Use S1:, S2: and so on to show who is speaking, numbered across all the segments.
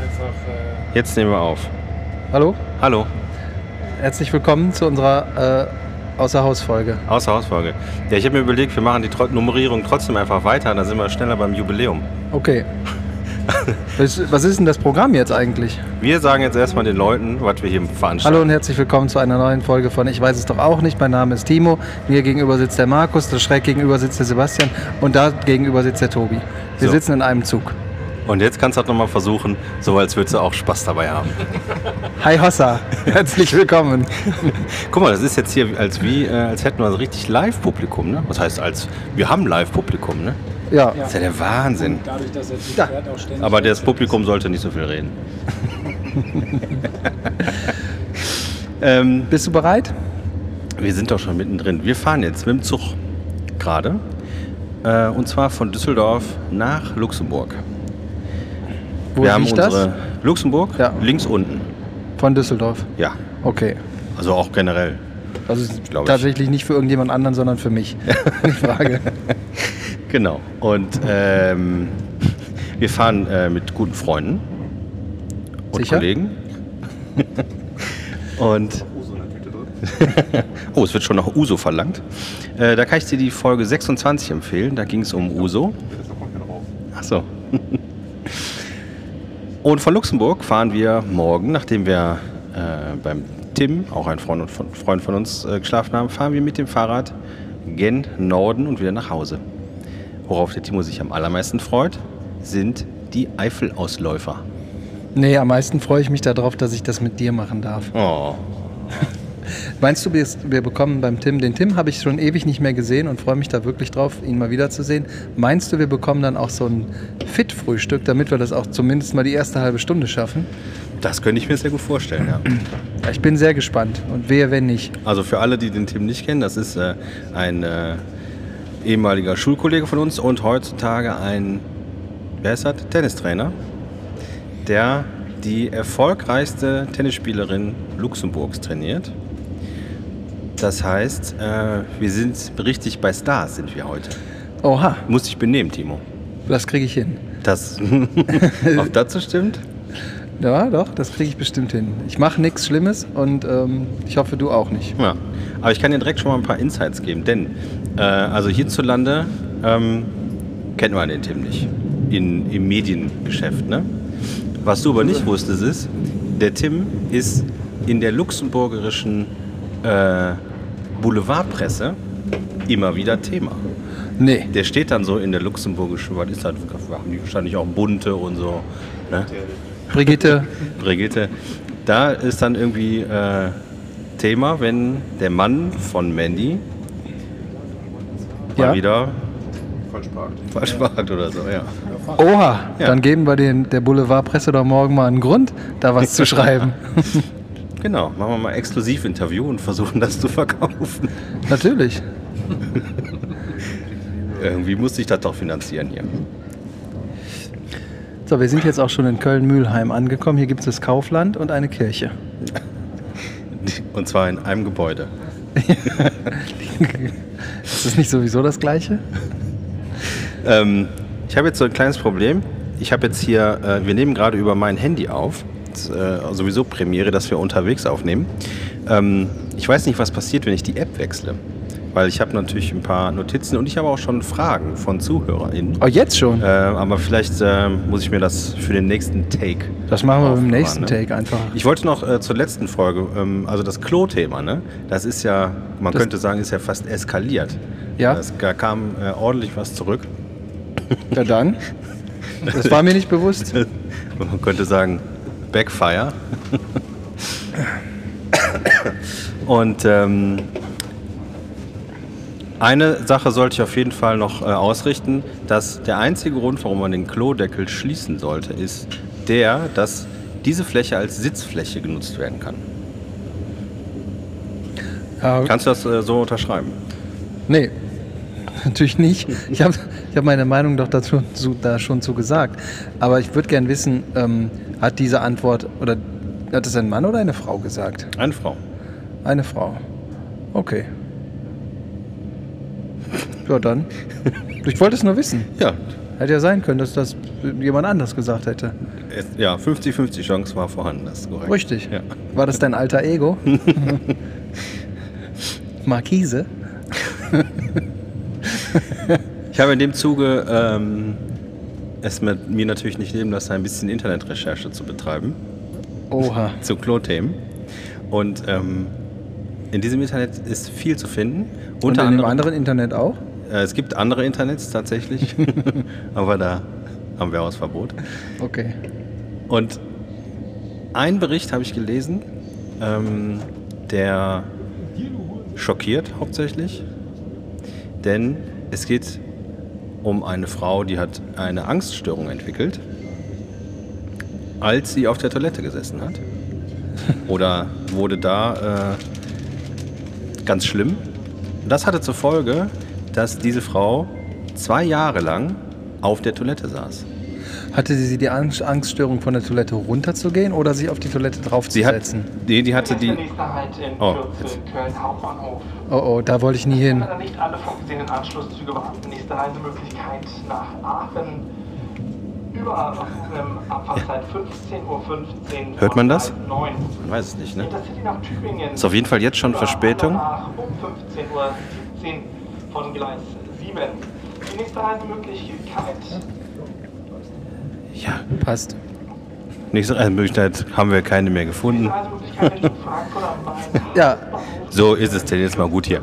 S1: Einfach,
S2: Jetzt nehmen wir auf.
S1: äh Hallo,
S2: Hallo,
S1: herzlich willkommen zu unserer äh, Außerhausfolge.
S2: außer Hausfolge. Ja, ich habe mir überlegt, wir machen die Tro Nummerierung trotzdem einfach weiter, dann sind wir schneller beim Jubiläum.
S1: Okay. was, was ist denn das Programm jetzt eigentlich?
S2: Wir sagen jetzt erstmal den Leuten, was wir hier
S1: Hallo
S2: veranstalten.
S1: und herzlich willkommen zu einer neuen Folge von Ich weiß es doch auch nicht. Mein Name ist Timo. Mir gegenüber sitzt der Markus, da schräg gegenüber sitzt der Sebastian und da gegenüber sitzt der Tobi. Wir
S2: So.
S1: sitzen in einem Zug.
S2: Und jetzt kannst du halt nochmal versuchen, so als würdest du auch Spaß dabei haben.
S1: Hi Hossa, herzlich willkommen.
S2: Guck mal, das ist jetzt hier als wie, äh, als hätten wir so richtig Live-Publikum, ne? Was heißt als, wir haben Live-Publikum, ne?
S1: Ja,
S2: Das ist ja der Wahnsinn.
S3: Dadurch, dass jetzt
S1: Da.
S3: da. Pferd auch ständig
S2: Aber das
S3: wechselt.
S2: Publikum sollte nicht so viel reden. ähm,
S1: bist du bereit?
S2: Wir sind doch schon mittendrin. Wir fahren jetzt mit dem Zug gerade. Äh, und zwar von Düsseldorf nach Luxemburg.
S1: Wo
S2: wir haben
S1: liegt das?
S2: unsere Luxemburg
S1: Ja.
S2: links unten.
S1: Von Düsseldorf.
S2: Ja.
S1: Okay.
S2: Also auch generell.
S1: Also
S2: Glaub ich.
S1: tatsächlich nicht für irgendjemand anderen, sondern für mich. Die Frage.
S2: Genau. Und ähm, wir fahren äh, mit guten Freunden und
S1: Sicher?
S2: Kollegen. und oh, es wird schon noch Uso verlangt. Äh, da kann ich dir die Folge 26 empfehlen. Da ging es um Uso. Ach so. Und von Luxemburg fahren wir morgen, nachdem wir äh, beim Tim, auch ein Freund, und von, Freund von uns, äh, geschlafen haben, fahren wir mit dem Fahrrad gen Norden und wieder nach Hause. Worauf der Timo sich am allermeisten freut, sind die Eifelausläufer.
S1: Nee, am meisten freue ich mich darauf, dass ich das mit dir machen darf.
S2: Oh.
S1: Meinst du, wir wir bekommen beim Tim, den Tim habe ich schon ewig nicht mehr gesehen und freue mich da wirklich drauf, ihn mal wiederzusehen. Meinst du, wir bekommen dann auch so ein Fit-Frühstück, damit wir das auch zumindest mal die erste halbe Stunde schaffen?
S2: Das könnte ich mir sehr gut vorstellen, ja.
S1: Ich bin sehr gespannt und wehe, wenn nicht.
S2: Also für alle, die den Tim nicht kennen, das ist äh, ein äh, ehemaliger Schulkollege von uns und heutzutage ein, wer ist das? Tennistrainer, der die erfolgreichste Tennisspielerin Luxemburgs trainiert. Das heißt, äh, wir sind richtig bei Stars, sind wir heute.
S1: Oha,
S2: Muss ich benehmen, Timo.
S1: das kriege ich hin.
S2: Das, ob dazu stimmt?
S1: Ja, doch, das kriege ich bestimmt hin. Ich mache nichts Schlimmes und ähm, ich hoffe, du auch nicht.
S2: Ja, aber ich kann dir direkt schon mal ein paar Insights geben, denn äh, also hierzulande ähm, kennt man den Tim nicht in, im Mediengeschäft. Ne? Was du aber nicht wusstest ist, der Tim ist in der luxemburgischen äh, Boulevardpresse immer wieder Thema.
S1: Nee.
S2: Der steht dann so in der luxemburgischen, was ist das, haben die wahrscheinlich auch Bunte und so. Ne?
S1: Brigitte,
S2: Brigitte, da ist dann irgendwie äh, Thema, wenn der Mann von Mandy
S1: Ja.
S2: mal wieder verspart oder so, ja.
S1: oha,
S2: Ja.
S1: dann geben wir den, der Boulevardpresse doch morgen mal einen Grund, da was zu schreiben.
S2: Genau, machen wir mal exklusiv Interview und versuchen das zu verkaufen.
S1: Natürlich.
S2: Irgendwie muss sich das doch finanzieren hier.
S1: So, wir sind jetzt auch schon in Köln-Mühlheim angekommen. Hier gibt es das Kaufland und eine Kirche.
S2: Und zwar in einem Gebäude.
S1: Ist das nicht sowieso das Gleiche?
S2: Ähm, ich habe jetzt so ein kleines Problem. Ich habe jetzt hier, äh, wir nehmen gerade über mein Handy auf. Das, äh, sowieso Premiere, dass wir unterwegs aufnehmen. Ähm, ich weiß nicht, was passiert, wenn ich die App wechsle. Weil ich habe natürlich ein paar Notizen und ich habe auch schon Fragen von ZuhörerInnen.
S1: Oh, jetzt schon?
S2: Äh, aber vielleicht äh, muss ich mir das für den nächsten Take.
S1: Das machen wir beim
S2: aufbewahren,
S1: nächsten
S2: ne?
S1: Take einfach.
S2: Ich wollte noch äh, zur letzten Folge, ähm, also das Klo-Thema, ne? Das ist ja, man
S1: Das-
S2: könnte sagen, ist ja fast eskaliert.
S1: Ja.
S2: Das, da kam äh, ordentlich was zurück.
S1: Na dann. Das war mir nicht bewusst.
S2: Man könnte sagen, Backfire. Und ähm, eine Sache sollte ich auf jeden Fall noch äh, ausrichten, dass der einzige Grund, warum man den Klodeckel schließen sollte, ist der, dass diese Fläche als Sitzfläche genutzt werden kann.
S1: Ja,
S2: Kannst du das äh, so unterschreiben?
S1: nee, natürlich nicht. Ich habe ich hab meine Meinung doch dazu, zu, da schon zu gesagt. Aber ich würde gern wissen, ähm, hat diese Antwort oder hat das ein Mann oder eine Frau gesagt?
S2: Eine Frau.
S1: Eine Frau. Okay. Ja, dann. Ich wollte es nur wissen.
S2: Ja,
S1: Hätte ja sein können, dass das jemand anders gesagt hätte.
S2: Es, ja, 50-50 Chance war vorhanden, das ist korrekt.
S1: Richtig.
S2: Ja.
S1: War das dein alter Ego? Markise?
S2: Ich habe in dem Zuge ähm, es mit mir natürlich nicht nehmen lassen, ein bisschen Internetrecherche zu betreiben
S1: Oha.
S2: zu Klo-Themen. Und ähm, in diesem Internet ist viel zu finden.
S1: Und
S2: Unter
S1: in dem
S2: anderem,
S1: anderen Internet auch?
S2: äh, es gibt andere Internets tatsächlich, aber da haben wir Hausverbot.
S1: Okay.
S2: Und einen Bericht habe ich gelesen, ähm, der schockiert hauptsächlich, denn es geht um eine Frau, die hat eine Angststörung entwickelt, als sie auf der Toilette gesessen hat. Oder wurde da äh, ganz schlimm. Das hatte zur Folge, dass diese Frau zwei Jahre lang auf der Toilette saß.
S1: Hatte sie die Angst- Angststörung, von der Toilette runterzugehen oder sich auf die Toilette
S2: Sie hat,
S1: draufzusetzen?
S2: die, die hatte die,
S4: Nächster Halt in
S2: Oh,
S4: Kürze, Köln Hauptbahnhof.
S1: oh, oh, da wollte ich nie hin.
S4: Leider nicht alle vorgesehenen Anschlusszüge beachten. Nächste Reisemöglichkeit nach Aachen. Überwachung Abfahrtzeit 15.15 Uhr.
S2: Hört man das?
S4: 9.
S2: Man weiß es nicht, ne?
S4: Intercity nach Tübingen.
S2: Ist auf jeden Fall jetzt schon
S4: Über
S2: Verspätung.
S4: Andernach Um 15.17 Uhr von Gleis 7. Die nächste Reisemöglichkeit
S2: Hm. Ja.
S1: Passt.
S2: Nächste Reisemöglichkeit haben wir keine mehr gefunden.
S1: Ja.
S4: ja.
S2: So ist es denn jetzt mal gut hier.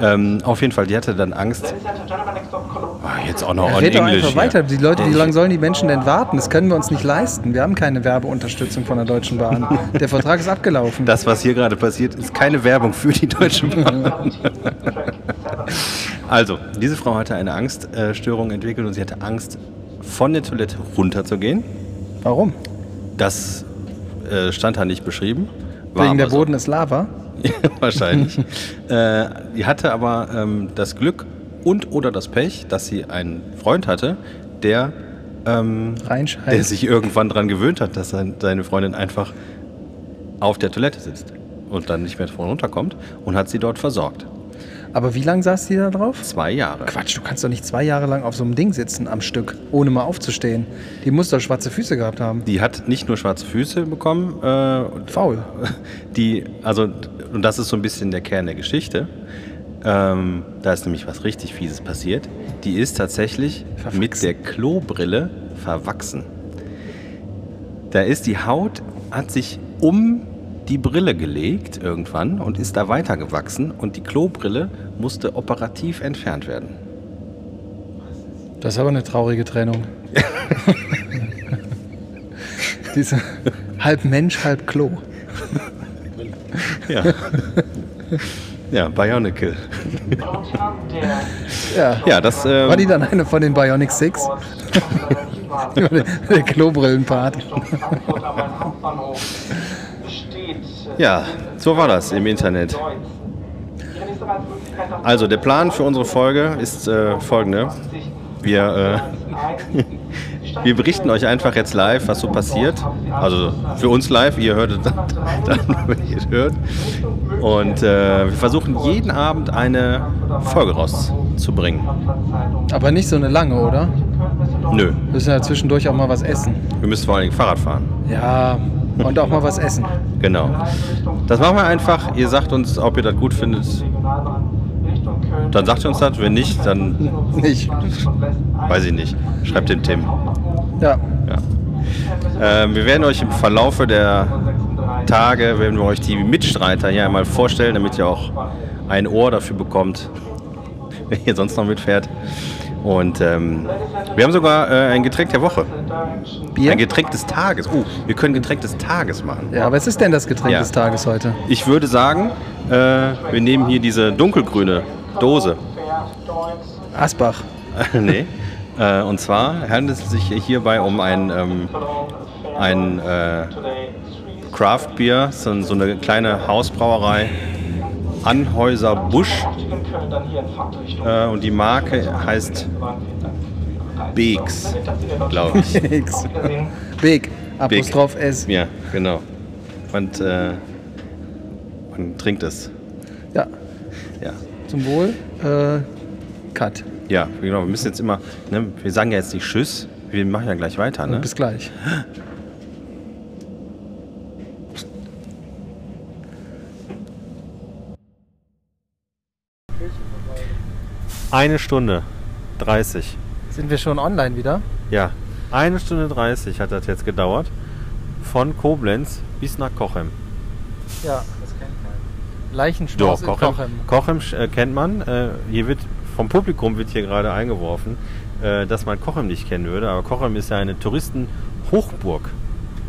S2: Ähm, auf jeden Fall, die hatte dann Angst. Ah, jetzt auch noch on
S1: Red doch einfach
S2: English.
S1: weiter. Die Leute, wie
S2: Ich-
S1: lange sollen die Menschen denn warten? Das können wir uns nicht leisten. Wir haben keine Werbeunterstützung von der Deutschen Bahn. Der Vertrag ist abgelaufen.
S2: Das, was hier gerade passiert, ist keine Werbung für die Deutsche Bahn. Also, diese Frau hatte eine Angststörung entwickelt und sie hatte Angst, von der Toilette runterzugehen.
S1: Warum?
S2: Das äh, stand da nicht beschrieben. War
S1: Wegen der
S2: aber so.
S1: Boden ist Lava?
S2: Wahrscheinlich. äh, die hatte aber ähm, das Glück und oder das Pech, dass sie einen Freund hatte, der, ähm, der
S1: Reinscheißen.
S2: sich irgendwann daran gewöhnt hat, dass sein, seine Freundin einfach auf der Toilette sitzt und dann nicht mehr von runterkommt und hat sie dort versorgt.
S1: Aber wie lange saß die da drauf?
S2: Zwei Jahre.
S1: Quatsch, du kannst doch nicht zwei Jahre lang auf so einem Ding sitzen am Stück, ohne mal aufzustehen. Die muss doch schwarze Füße gehabt haben.
S2: Die hat nicht nur schwarze Füße bekommen, äh, und
S1: Faul.
S2: die, also, und das ist so ein bisschen der Kern der Geschichte. Ähm, da ist nämlich was richtig Fieses passiert. Die ist tatsächlich
S1: Verwachsen.
S2: mit der Klobrille verwachsen. Da ist die Haut, hat sich um die Brille gelegt irgendwann und ist da weitergewachsen und die Klobrille musste operativ entfernt werden.
S1: Das ist aber eine traurige Trennung. Diese halb Mensch, halb Klo.
S2: Ja. ja, Bionicle.
S1: Ja.
S2: Ja, das. ähm,
S1: War die dann eine von den Bionic Six? Der Klobrillenpart.
S4: Ja, so war das im Internet.
S2: Also der Plan für unsere Folge ist äh, folgende. Wir, äh, wir berichten euch einfach jetzt live, was so passiert. Also für uns live, ihr hört es dann, dann wenn ihr es hört. Und äh, wir versuchen jeden Abend eine Folge rauszubringen.
S1: Aber nicht so eine lange, oder?
S2: Nö,
S1: Müssen ja zwischendurch auch mal was essen.
S2: wir müssen vor allen Dingen Fahrrad fahren.
S1: Ja, und auch mal was essen.
S2: Genau. Das machen wir einfach. Ihr sagt uns, ob ihr das gut findet. Dann sagt ihr uns das. Wenn nicht, dann
S1: Nicht.
S2: weiß ich nicht. Schreibt dem Tim.
S1: Ja,
S2: Ja. Ähm, wir werden euch im Verlaufe der Tage, werden wir euch die Mitstreiter hier einmal vorstellen, damit ihr auch ein Ohr dafür bekommt, wer hier sonst noch mitfährt. Und ähm, wir haben sogar äh, ein Getränk der Woche. Ein
S1: Bier?
S2: Getränk des Tages. Oh, wir können Getränk des Tages machen.
S1: Ja, was ist denn das Getränk
S2: Ja.
S1: des Tages heute?
S2: Ich würde sagen, äh, wir nehmen hier diese dunkelgrüne Dose.
S1: Asbach.
S2: nee. Äh, und zwar handelt es sich hierbei um ein, ähm, ein äh, Craft Beer, so, so eine kleine Hausbrauerei. Anhäuser Busch äh, und die Marke heißt Beeks, glaube ich.
S1: Nix. Big. Apostroph S.
S2: Ja, genau. Und äh, man trinkt es.
S1: Ja,
S2: Ja.
S1: zum Wohl. Äh, Cut.
S2: Ja, genau. Wir müssen jetzt immer, ne, wir sagen ja jetzt nicht Tschüss, wir machen ja gleich weiter. Ne?
S1: Bis gleich.
S2: Eine Stunde 30.
S1: Sind wir schon online wieder?
S2: Ja, eine Stunde 30 hat das jetzt gedauert. Von Koblenz bis nach Cochem.
S1: Ja.
S5: Das kennt man.
S1: Leichenschmaus in
S2: Cochem,
S1: Kochem.
S2: Cochem äh, kennt man. Äh, hier wird vom Publikum wird hier gerade eingeworfen, äh, dass man Cochem nicht kennen würde. Aber Cochem ist ja eine Touristenhochburg.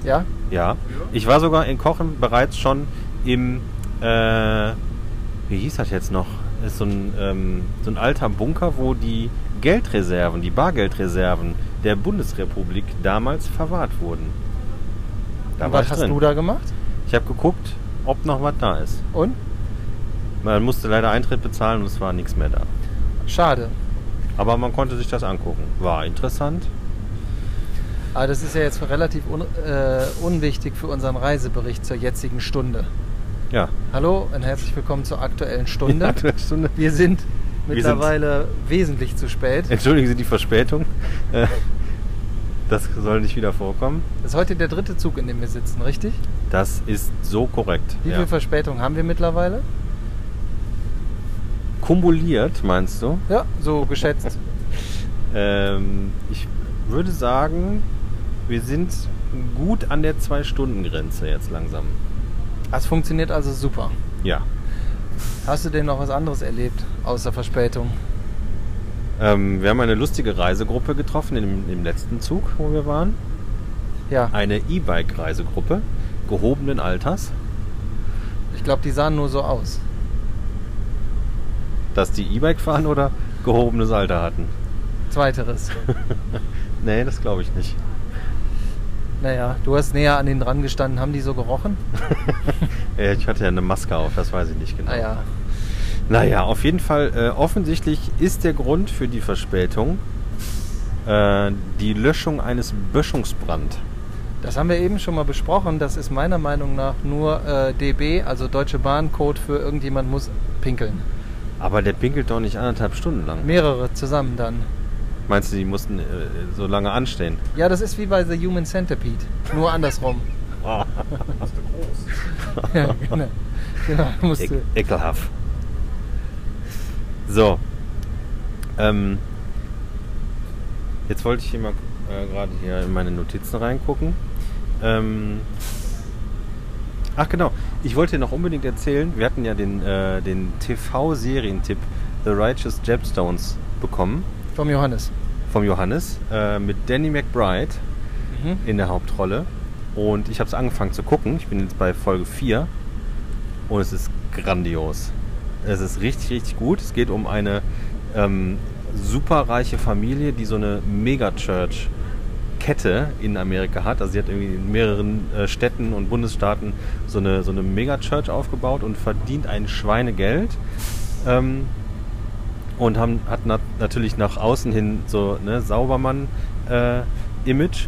S1: Ja?
S2: Ja. Ich war sogar in Cochem bereits schon im, äh, wie hieß das jetzt noch? Ist so ein, ähm, so ein alter Bunker, wo die Geldreserven, die Bargeldreserven der Bundesrepublik damals verwahrt wurden. Da
S1: Und
S2: war
S1: was
S2: ich
S1: hast
S2: drin.
S1: du da gemacht?
S2: Ich habe geguckt, ob noch was da ist.
S1: Und?
S2: Man musste leider Eintritt bezahlen und es war nichts mehr da.
S1: Schade.
S2: Aber man konnte sich das angucken. War interessant.
S1: Aber Ah, das ist ja jetzt relativ un äh, unwichtig für unseren Reisebericht zur jetzigen Stunde.
S2: Ja.
S1: Hallo und herzlich willkommen zur aktuellen Stunde.
S2: Eine Stunde.
S1: Wir sind
S2: Wir
S1: mittlerweile wesentlich zu spät.
S2: Entschuldigen Sie die Verspätung. Äh, Das soll nicht wieder vorkommen.
S1: Das ist heute der dritte Zug, in dem wir sitzen, richtig?
S2: Das ist so korrekt.
S1: Wie viel Verspätung haben wir mittlerweile?
S2: Kumuliert, meinst du?
S1: Ja, so geschätzt.
S2: Ähm, ich würde sagen, wir sind gut an der Zwei-Stunden-Grenze jetzt langsam.
S1: Das funktioniert also super.
S2: Ja.
S1: Hast du denn noch was anderes erlebt, außer Verspätung?
S2: Ähm, wir haben eine lustige Reisegruppe getroffen im, im letzten Zug, wo wir waren.
S1: Ja,
S2: Eine E-Bike-Reisegruppe gehobenen Alters.
S1: ich glaube, die sahen nur so aus.
S2: Dass die E-Bike fahren oder gehobenes Alter hatten.
S1: Zweiteres.
S2: Nee, das glaube ich nicht.
S1: Naja, du hast näher an denen dran gestanden. Haben die so gerochen?
S2: Äh, Ich hatte ja eine Maske auf, das weiß ich nicht genau.
S1: Ah ja.
S2: Naja, auf jeden Fall, äh, offensichtlich ist der Grund für die Verspätung äh, die Löschung eines Böschungsbrand.
S1: Das haben wir eben schon mal besprochen. Das ist meiner Meinung nach nur äh, DB, also Deutsche Bahn, Code für irgendjemand muss pinkeln.
S2: Aber der pinkelt doch nicht anderthalb Stunden lang.
S1: Mehrere zusammen dann.
S2: Meinst du, die mussten äh, so lange anstehen?
S1: Ja, das ist wie bei The Human Centipede. Nur andersrum. ja, genau. genau musst
S2: Eck,
S1: du.
S2: ekelhaft. So. Ähm, jetzt wollte ich hier mal äh, gerade hier in meine Notizen reingucken. Ähm, ach genau, ich wollte dir noch unbedingt erzählen, wir hatten ja den, äh, den TV-Serientipp The Righteous Gemstones bekommen
S1: Vom Johannes.
S2: vom Johannes äh, mit Danny McBride
S1: Mhm.
S2: in der Hauptrolle. Und ich habe es angefangen zu gucken. Ich bin jetzt bei Folge 4. Und es ist grandios. Es ist richtig, richtig gut. Es geht um eine ähm, superreiche Familie, die so eine Megachurch-Kette in Amerika hat. Also sie hat irgendwie in mehreren äh, Städten und Bundesstaaten so eine, so eine Megachurch aufgebaut und verdient ein Schweinegeld. Ähm, und haben, hat nat natürlich nach außen hin so ne, äh, Saubermann-Image.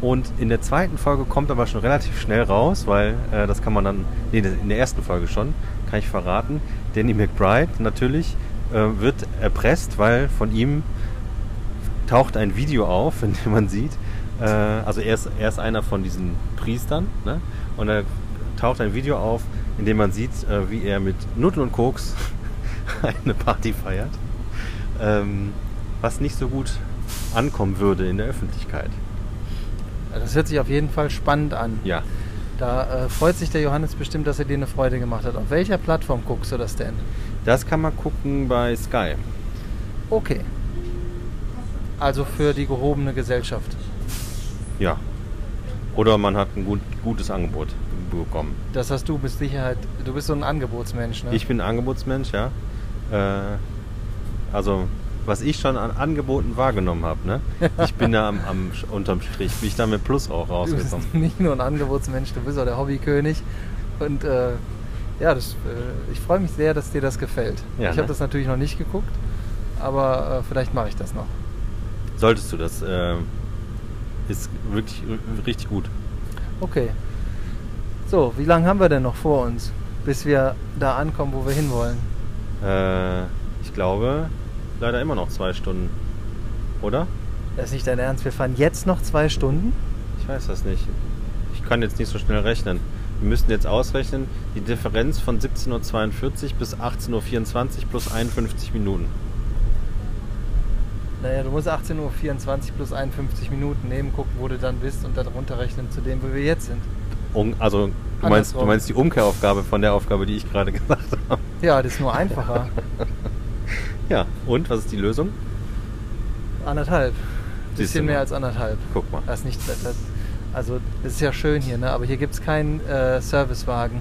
S2: und in der zweiten Folge kommt aber schon relativ schnell raus, weil äh, das kann man dann, nee, das- in der ersten Folge schon, kann ich verraten. Danny McBride natürlich äh, wird erpresst, weil von ihm taucht ein Video auf, in dem man sieht, äh, also er ist, er ist einer von diesen Priestern, ne? und da taucht ein Video auf, in dem man sieht, äh, wie er mit Nudeln und Koks eine Party feiert, ähm, was nicht so gut ankommen würde in der Öffentlichkeit.
S1: Das hört sich auf jeden Fall spannend an.
S2: Ja,
S1: Da äh, freut sich der Johannes bestimmt, dass er dir eine Freude gemacht hat. Auf welcher Plattform guckst du das denn?
S2: das kann man gucken bei Sky.
S1: Okay. Also für die gehobene Gesellschaft.
S2: Ja. Oder man hat ein gut, gutes Angebot bekommen.
S1: Das hast du mit Sicherheit. Du bist so ein Angebotsmensch, ne?
S2: Ich bin ein Angebotsmensch, ja. Äh, also, was ich schon an Angeboten wahrgenommen habe, ne? Ich bin da am, am unterm Strich, bin ich da mit Plus auch
S1: du bist
S2: rausgekommen.
S1: nicht nur ein Angebotsmensch, du bist auch der Hobbykönig. Und äh, ja, das, äh, ich freue mich sehr, dass dir das gefällt.
S2: Ja,
S1: ich
S2: ne?
S1: habe das natürlich noch nicht geguckt, aber äh, vielleicht mache ich das noch.
S2: Solltest du das. Äh, ist wirklich r- richtig gut.
S1: Okay. So, wie lange haben wir denn noch vor uns, bis wir da ankommen, wo wir hinwollen?
S2: Äh, ich glaube, leider immer noch zwei Stunden. Oder?
S1: Das ist nicht dein Ernst. Wir fahren jetzt noch zwei Stunden.
S2: Ich weiß das nicht. Ich kann jetzt nicht so schnell rechnen. Wir müssen jetzt ausrechnen, die Differenz von 17.42 Uhr bis 18.24 Uhr plus 51 Minuten.
S1: Naja, du musst 18.24 Uhr plus 51 Minuten nehmen, gucken, wo du dann bist und dann runterrechnen zu dem, wo wir jetzt sind.
S2: Um, also, du meinst, du
S1: Andersrum.
S2: meinst die Umkehraufgabe von der Aufgabe, die ich gerade gesagt habe.
S1: Ja, das ist nur einfacher.
S2: Ja, und was ist die Lösung?
S1: anderthalb.
S2: Siehst du
S1: Bisschen mehr
S2: mal.
S1: als anderthalb.
S2: Guck mal.
S1: Das ist nichts Besseres. Also, es ist ja schön hier, ne? aber hier gibt es keinen äh, Servicewagen.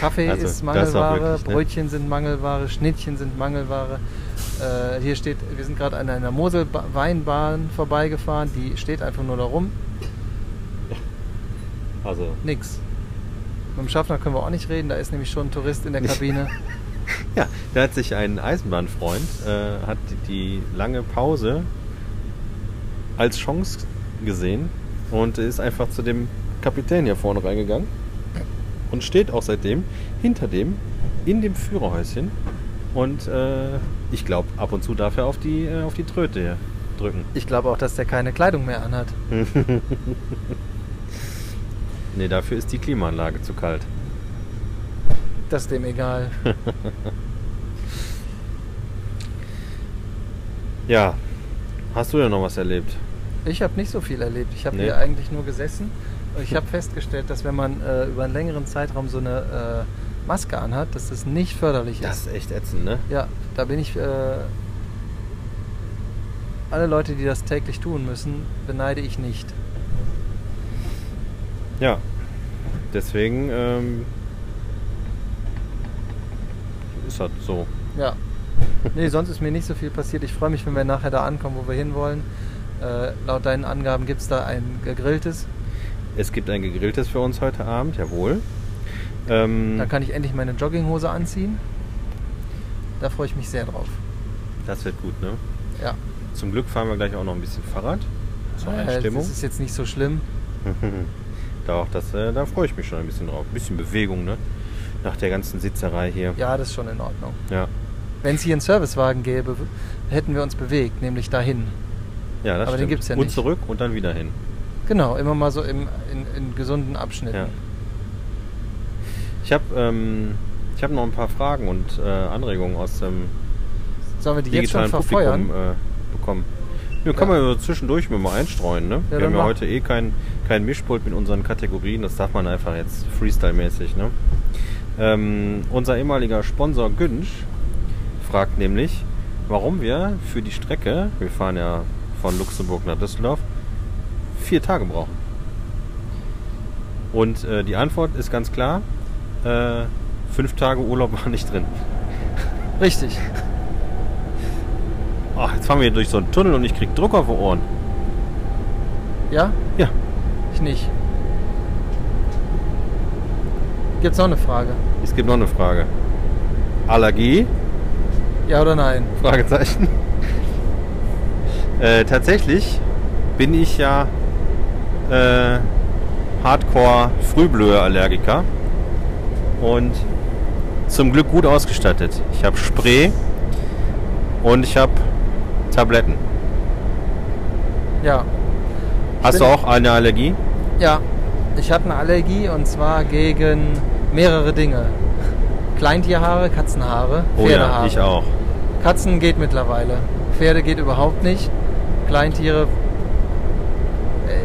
S1: Kaffee
S2: Also, das
S1: ist
S2: ist auch
S1: Mangelware,
S2: wirklich, ne?
S1: Brötchen sind Mangelware, Schnittchen sind Mangelware. Äh, hier steht, wir sind gerade an einer Mosel-Weinbahn vorbeigefahren, die steht einfach nur da rum.
S2: Also,
S1: Nix. Mit dem Schaffner können wir auch nicht reden, da ist nämlich schon ein Tourist in der Kabine.
S2: Ja, da hat sich ein Eisenbahnfreund, äh, hat die lange Pause als Chance gesehen und ist einfach zu dem Kapitän hier vorne reingegangen und steht auch seitdem hinter dem in dem Führerhäuschen und äh, ich glaube, ab und zu darf er auf die, äh, auf die Tröte hier drücken.
S1: Ich glaube auch, dass der keine Kleidung mehr anhat.
S2: Ne, dafür ist die Klimaanlage zu kalt.
S1: Das ist dem egal.
S2: Ja, hast du denn noch was erlebt?
S1: Ich habe nicht so viel erlebt. Ich habe
S2: Nee.
S1: hier eigentlich nur gesessen. Und Ich habe festgestellt, dass wenn man äh, über einen längeren Zeitraum so eine äh, Maske anhat, dass das nicht förderlich ist.
S2: Das ist echt ätzend, ne?
S1: Ja, da bin ich. Äh, alle Leute, die das täglich tun müssen, beneide ich nicht.
S2: Ja, deswegen ähm, ist das so.
S1: Ja. Nee, sonst ist mir nicht so viel passiert. Ich freue mich, wenn wir nachher da ankommen, wo wir hinwollen. Äh, laut deinen Angaben gibt es da ein gegrilltes.
S2: Es gibt ein gegrilltes für uns heute Abend, jawohl. Ähm,
S1: Da kann ich endlich meine Jogginghose anziehen. Da freue ich mich sehr drauf.
S2: das wird gut, ne?
S1: Ja.
S2: Zum Glück fahren wir gleich auch noch ein bisschen Fahrrad zur
S1: Äh,
S2: Einstimmung.
S1: Das ist jetzt nicht so schlimm.
S2: Doch, das, äh, da freue ich mich schon ein bisschen drauf. Ein bisschen Bewegung, ne? Nach der ganzen Sitzerei hier.
S1: Ja, das ist schon in Ordnung.
S2: Ja,
S1: Wenn es hier einen Servicewagen gäbe, w- hätten wir uns bewegt, nämlich dahin.
S2: ja das
S1: Aber den
S2: stimmt.
S1: gibt's ja
S2: und
S1: nicht.
S2: zurück und dann wieder hin.
S1: Genau, immer mal so im, in, in gesunden Abschnitten.
S2: Ja. Ich habe ähm, ich hab noch ein paar Fragen und äh, Anregungen aus dem
S1: Sollen wir die jetzt schon
S2: digitalen
S1: verfeuern?
S2: Publikum äh, bekommen. Ja, kann
S1: Ja.
S2: man ja zwischendurch mir mal einstreuen, ne?
S1: Ja,
S2: Wir
S1: dann
S2: haben ja
S1: mach.
S2: heute eh kein, kein Mischpult mit unseren Kategorien, das darf man einfach jetzt Freestyle-mäßig, ne? Ähm, unser ehemaliger Sponsor Günsch fragt nämlich, warum wir für die Strecke, wir fahren ja von Luxemburg nach Düsseldorf, vier Tage brauchen. Und äh, die Antwort ist ganz klar, äh, fünf Tage Urlaub war nicht drin. äh.
S1: Richtig.
S2: Ach, jetzt fahren wir hier durch so einen Tunnel und ich krieg Druck auf die Ohren.
S1: Ja?
S2: Ja,
S1: Ich nicht. Gibt's noch eine Frage?
S2: es gibt noch eine Frage. Allergie?
S1: Ja oder nein?
S2: Fragezeichen. Äh, tatsächlich bin ich ja äh, Hardcore-Frühblöhe-Allergiker und zum Glück gut ausgestattet. Ich habe Spray und ich habe Tabletten.
S1: Ja.
S2: Hast du
S1: Bin-
S2: auch eine Allergie?
S1: Ja. Ich habe eine Allergie und zwar gegen mehrere Dinge. Kleintierhaare, Katzenhaare,
S2: Oh ja,
S1: Pferdehaare.
S2: ich auch.
S1: Katzen geht mittlerweile. Pferde geht überhaupt nicht. Kleintiere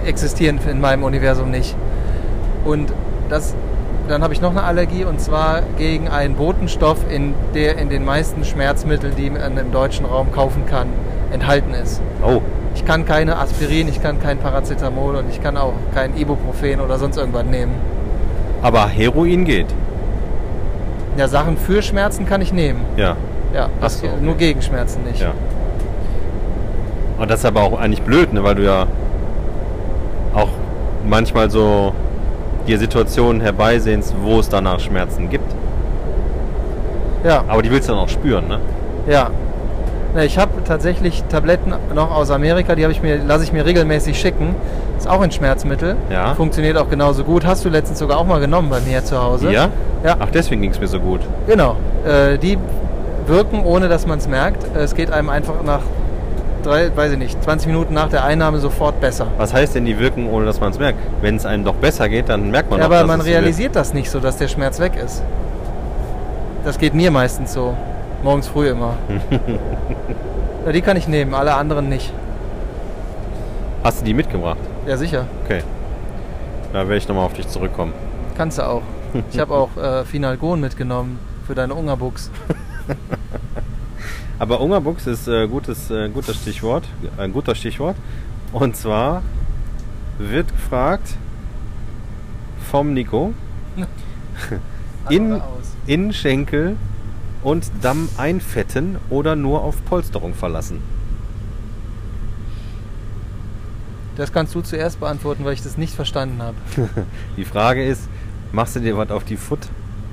S1: äh, existieren in meinem Universum nicht. Und das, dann habe ich noch eine Allergie und zwar gegen einen Botenstoff, in der in den meisten Schmerzmitteln, die man im deutschen Raum kaufen kann, enthalten ist.
S2: Oh,
S1: Ich kann keine Aspirin, ich kann kein Paracetamol und ich kann auch kein Ibuprofen oder sonst irgendwas nehmen.
S2: aber Heroin geht.
S1: Ja, Sachen für Schmerzen kann ich nehmen.
S2: Ja,
S1: Ja,
S2: Ach so, okay.
S1: nur gegen Schmerzen nicht.
S2: Ja. Und das ist aber auch eigentlich blöd, ne? weil du ja auch manchmal so dir Situationen herbeisehnst, wo es danach Schmerzen gibt.
S1: ja.
S2: Aber die willst du dann auch spüren, ne?
S1: Ja. Na, Ich habe tatsächlich Tabletten noch aus Amerika, die habe ich mir, lasse ich mir regelmäßig schicken. Ist auch ein Schmerzmittel.
S2: Ja.
S1: Funktioniert auch genauso gut. Hast du letztens sogar auch mal genommen bei mir zu Hause?
S2: Ja?
S1: Ja,
S2: Ach, deswegen ging es mir so gut.
S1: genau. Äh, die
S6: wirken, ohne dass man es merkt.
S1: Äh,
S6: Es geht einem einfach nach, drei, weiß ich nicht, 20 Minuten nach der Einnahme sofort besser.
S2: Was heißt denn die wirken, ohne dass man es merkt? Wenn es einem doch besser geht, dann merkt man
S6: Ja,
S2: doch,
S6: aber
S2: dass
S6: man
S2: es so wirkt.
S6: realisiert das nicht so, dass der Schmerz weg ist. Das geht mir meistens so. Morgens früh immer. ja, die kann ich nehmen, alle anderen nicht.
S2: Hast du die mitgebracht?
S6: Ja, sicher.
S2: Okay. Da werde ich nochmal auf dich zurückkommen.
S6: Kannst du auch. Ich habe auch äh, Finalgon mitgenommen für deine Ungerbuchs.
S2: Aber Ungerbuchs ist äh, gutes, äh, guter Stichwort, äh, ein guter Stichwort. Und zwar wird gefragt vom Nico in,
S6: Andere aus.
S2: in Schenkel und Damm einfetten oder nur auf Polsterung verlassen.
S6: Das kannst du zuerst beantworten, weil ich das nicht verstanden habe.
S2: Die Frage ist, machst du dir was auf die Foot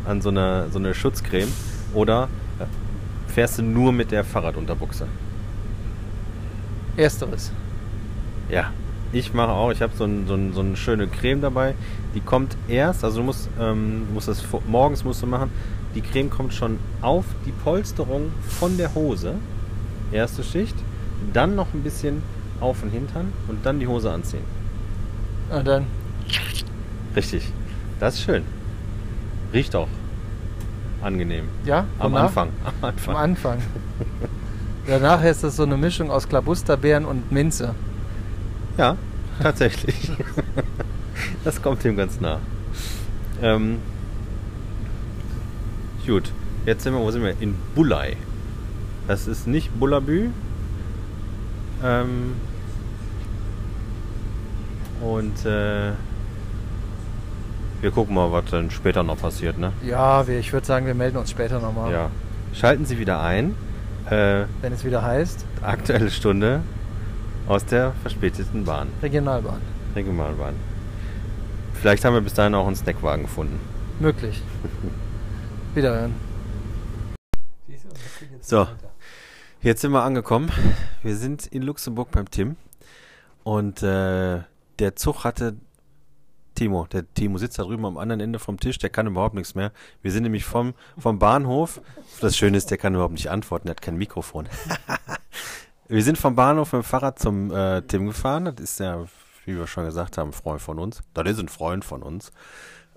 S2: an so eine, so eine Schutzcreme oder äh, fährst du nur mit der Fahrradunterbuchse?
S6: Ersteres.
S2: Ja, ich mache auch. Ich habe so, ein, so, ein, so eine schöne Creme dabei. Die kommt erst, also du musst, ähm, du musst das vor- morgens musst du machen. Die Creme kommt schon auf die Polsterung von der Hose. Erste Schicht. Dann noch ein bisschen auf den Hintern und dann die Hose anziehen.
S6: Und dann,
S2: Richtig. Das ist schön. Riecht auch angenehm.
S6: ja,
S2: Am
S6: wonach?
S2: Anfang. Am Anfang.
S6: Am Anfang. Danach ist das so eine Mischung aus Klabusterbeeren und Minze.
S2: Ja, tatsächlich. das kommt dem ganz nah. Ähm, gut, jetzt sind wir, wo sind wir? In Bulai. Das ist nicht Bullabü. Ähm, und äh, wir gucken mal, was dann später noch passiert, ne?
S6: Ja, wir, ich würde sagen, wir melden uns später nochmal.
S2: Ja. Schalten Sie wieder ein. Äh,
S6: Wenn es wieder heißt,
S2: aktuelle Stunde aus der verspäteten Bahn.
S6: Regionalbahn.
S2: Regionalbahn. Vielleicht haben wir bis dahin auch einen Snackwagen gefunden.
S6: Möglich. Wiederhören.
S2: So, jetzt sind wir angekommen. Wir sind in Luxemburg beim Tim. Und äh, der Zug hatte Timo. Der Timo sitzt da drüben am anderen Ende vom Tisch. Der kann überhaupt nichts mehr. Wir sind nämlich vom, vom Bahnhof. Das Schöne ist, der kann überhaupt nicht antworten. Der hat kein Mikrofon. wir sind vom Bahnhof mit dem Fahrrad zum äh, Tim gefahren. Das ist ja, wie wir schon gesagt haben, ein Freund von uns. Das ist ein Freund von uns.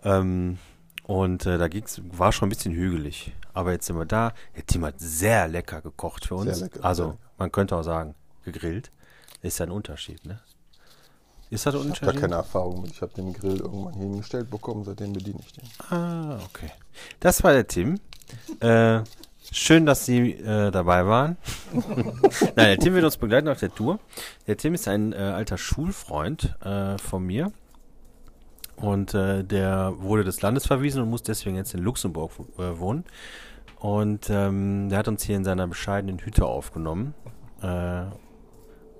S2: Ähm, und äh, da ging's, war schon ein bisschen hügelig. Aber jetzt sind wir da. Der Tim hat sehr lecker gekocht für uns.
S7: lecker,
S2: also,
S7: sehr lecker.
S2: man könnte auch sagen, gegrillt. Ist ja ein Unterschied, ne? Ist das ein
S8: Ich habe
S2: Unterschied?
S8: da keine Erfahrung mit. Ich habe den Grill irgendwann hingestellt bekommen, seitdem bediene ich den.
S2: Ah, okay. Das war der Tim. Äh, schön, dass Sie äh, dabei waren. Nein, der Tim wird uns begleiten auf der Tour. Der Tim ist ein äh, alter Schulfreund äh, von mir. Und äh, der wurde des Landes verwiesen und muss deswegen jetzt in Luxemburg wo- äh, wohnen. Und ähm, der hat uns hier in seiner bescheidenen Hütte aufgenommen. Äh,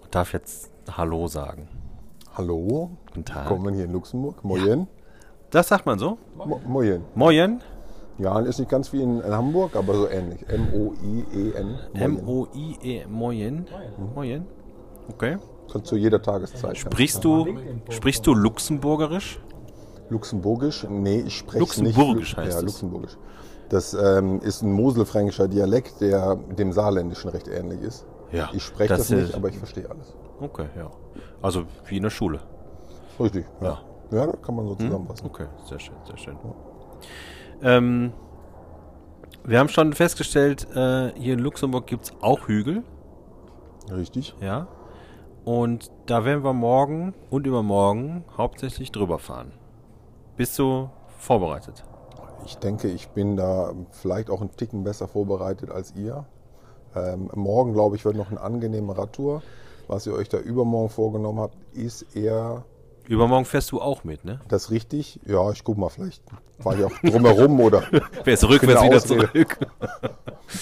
S2: und darf jetzt Hallo sagen.
S8: Hallo?
S2: Guten Tag.
S8: Kommen wir hier in Luxemburg? Moyen?
S2: Das sagt man so.
S8: Mo Moyen.
S2: Moin.
S8: Ja, ist nicht ganz wie in, in Hamburg, aber so ähnlich. M-O-I-E-N. Moyen.
S2: M-O-I-E. E, Moin. Moin. Okay.
S8: Kannst du jeder Tageszeit.
S2: Sprichst du, sprichst du Luxemburgerisch?
S8: Luxemburgisch? Nee, ich spreche
S2: Luxemburgisch
S8: nicht. Lu-
S2: heißt
S8: ja,
S2: es.
S8: Luxemburgisch. Das ähm, ist ein moselfränkischer Dialekt, der dem saarländischen recht ähnlich ist.
S2: Ja,
S8: Ich spreche
S2: das
S8: das,
S2: ist-
S8: nicht, aber ich verstehe alles.
S2: Okay, ja. Also wie in der Schule.
S8: Richtig.
S2: Ja. Hm?
S8: Ja, ja das kann man so zusammenfassen.
S2: Okay, sehr schön, sehr schön. Ähm, wir haben schon festgestellt, äh, hier in Luxemburg gibt es auch Hügel,
S8: Richtig.
S2: ja. Und da werden wir morgen und übermorgen hauptsächlich drüber fahren. Bist du vorbereitet?
S8: Ich denke, ich bin da vielleicht auch einen Ticken besser vorbereitet als ihr. Ähm, morgen, glaube ich, wird noch eine angenehme Radtour. Was ihr euch da übermorgen vorgenommen habt, ist eher
S2: Übermorgen fährst du auch mit, ne?
S8: das richtig. Ja, ich guck mal, vielleicht fahre ich auch drumherum oder
S2: Fährst rückwärts
S8: Finde
S2: wieder
S8: Ausrede.
S2: zurück.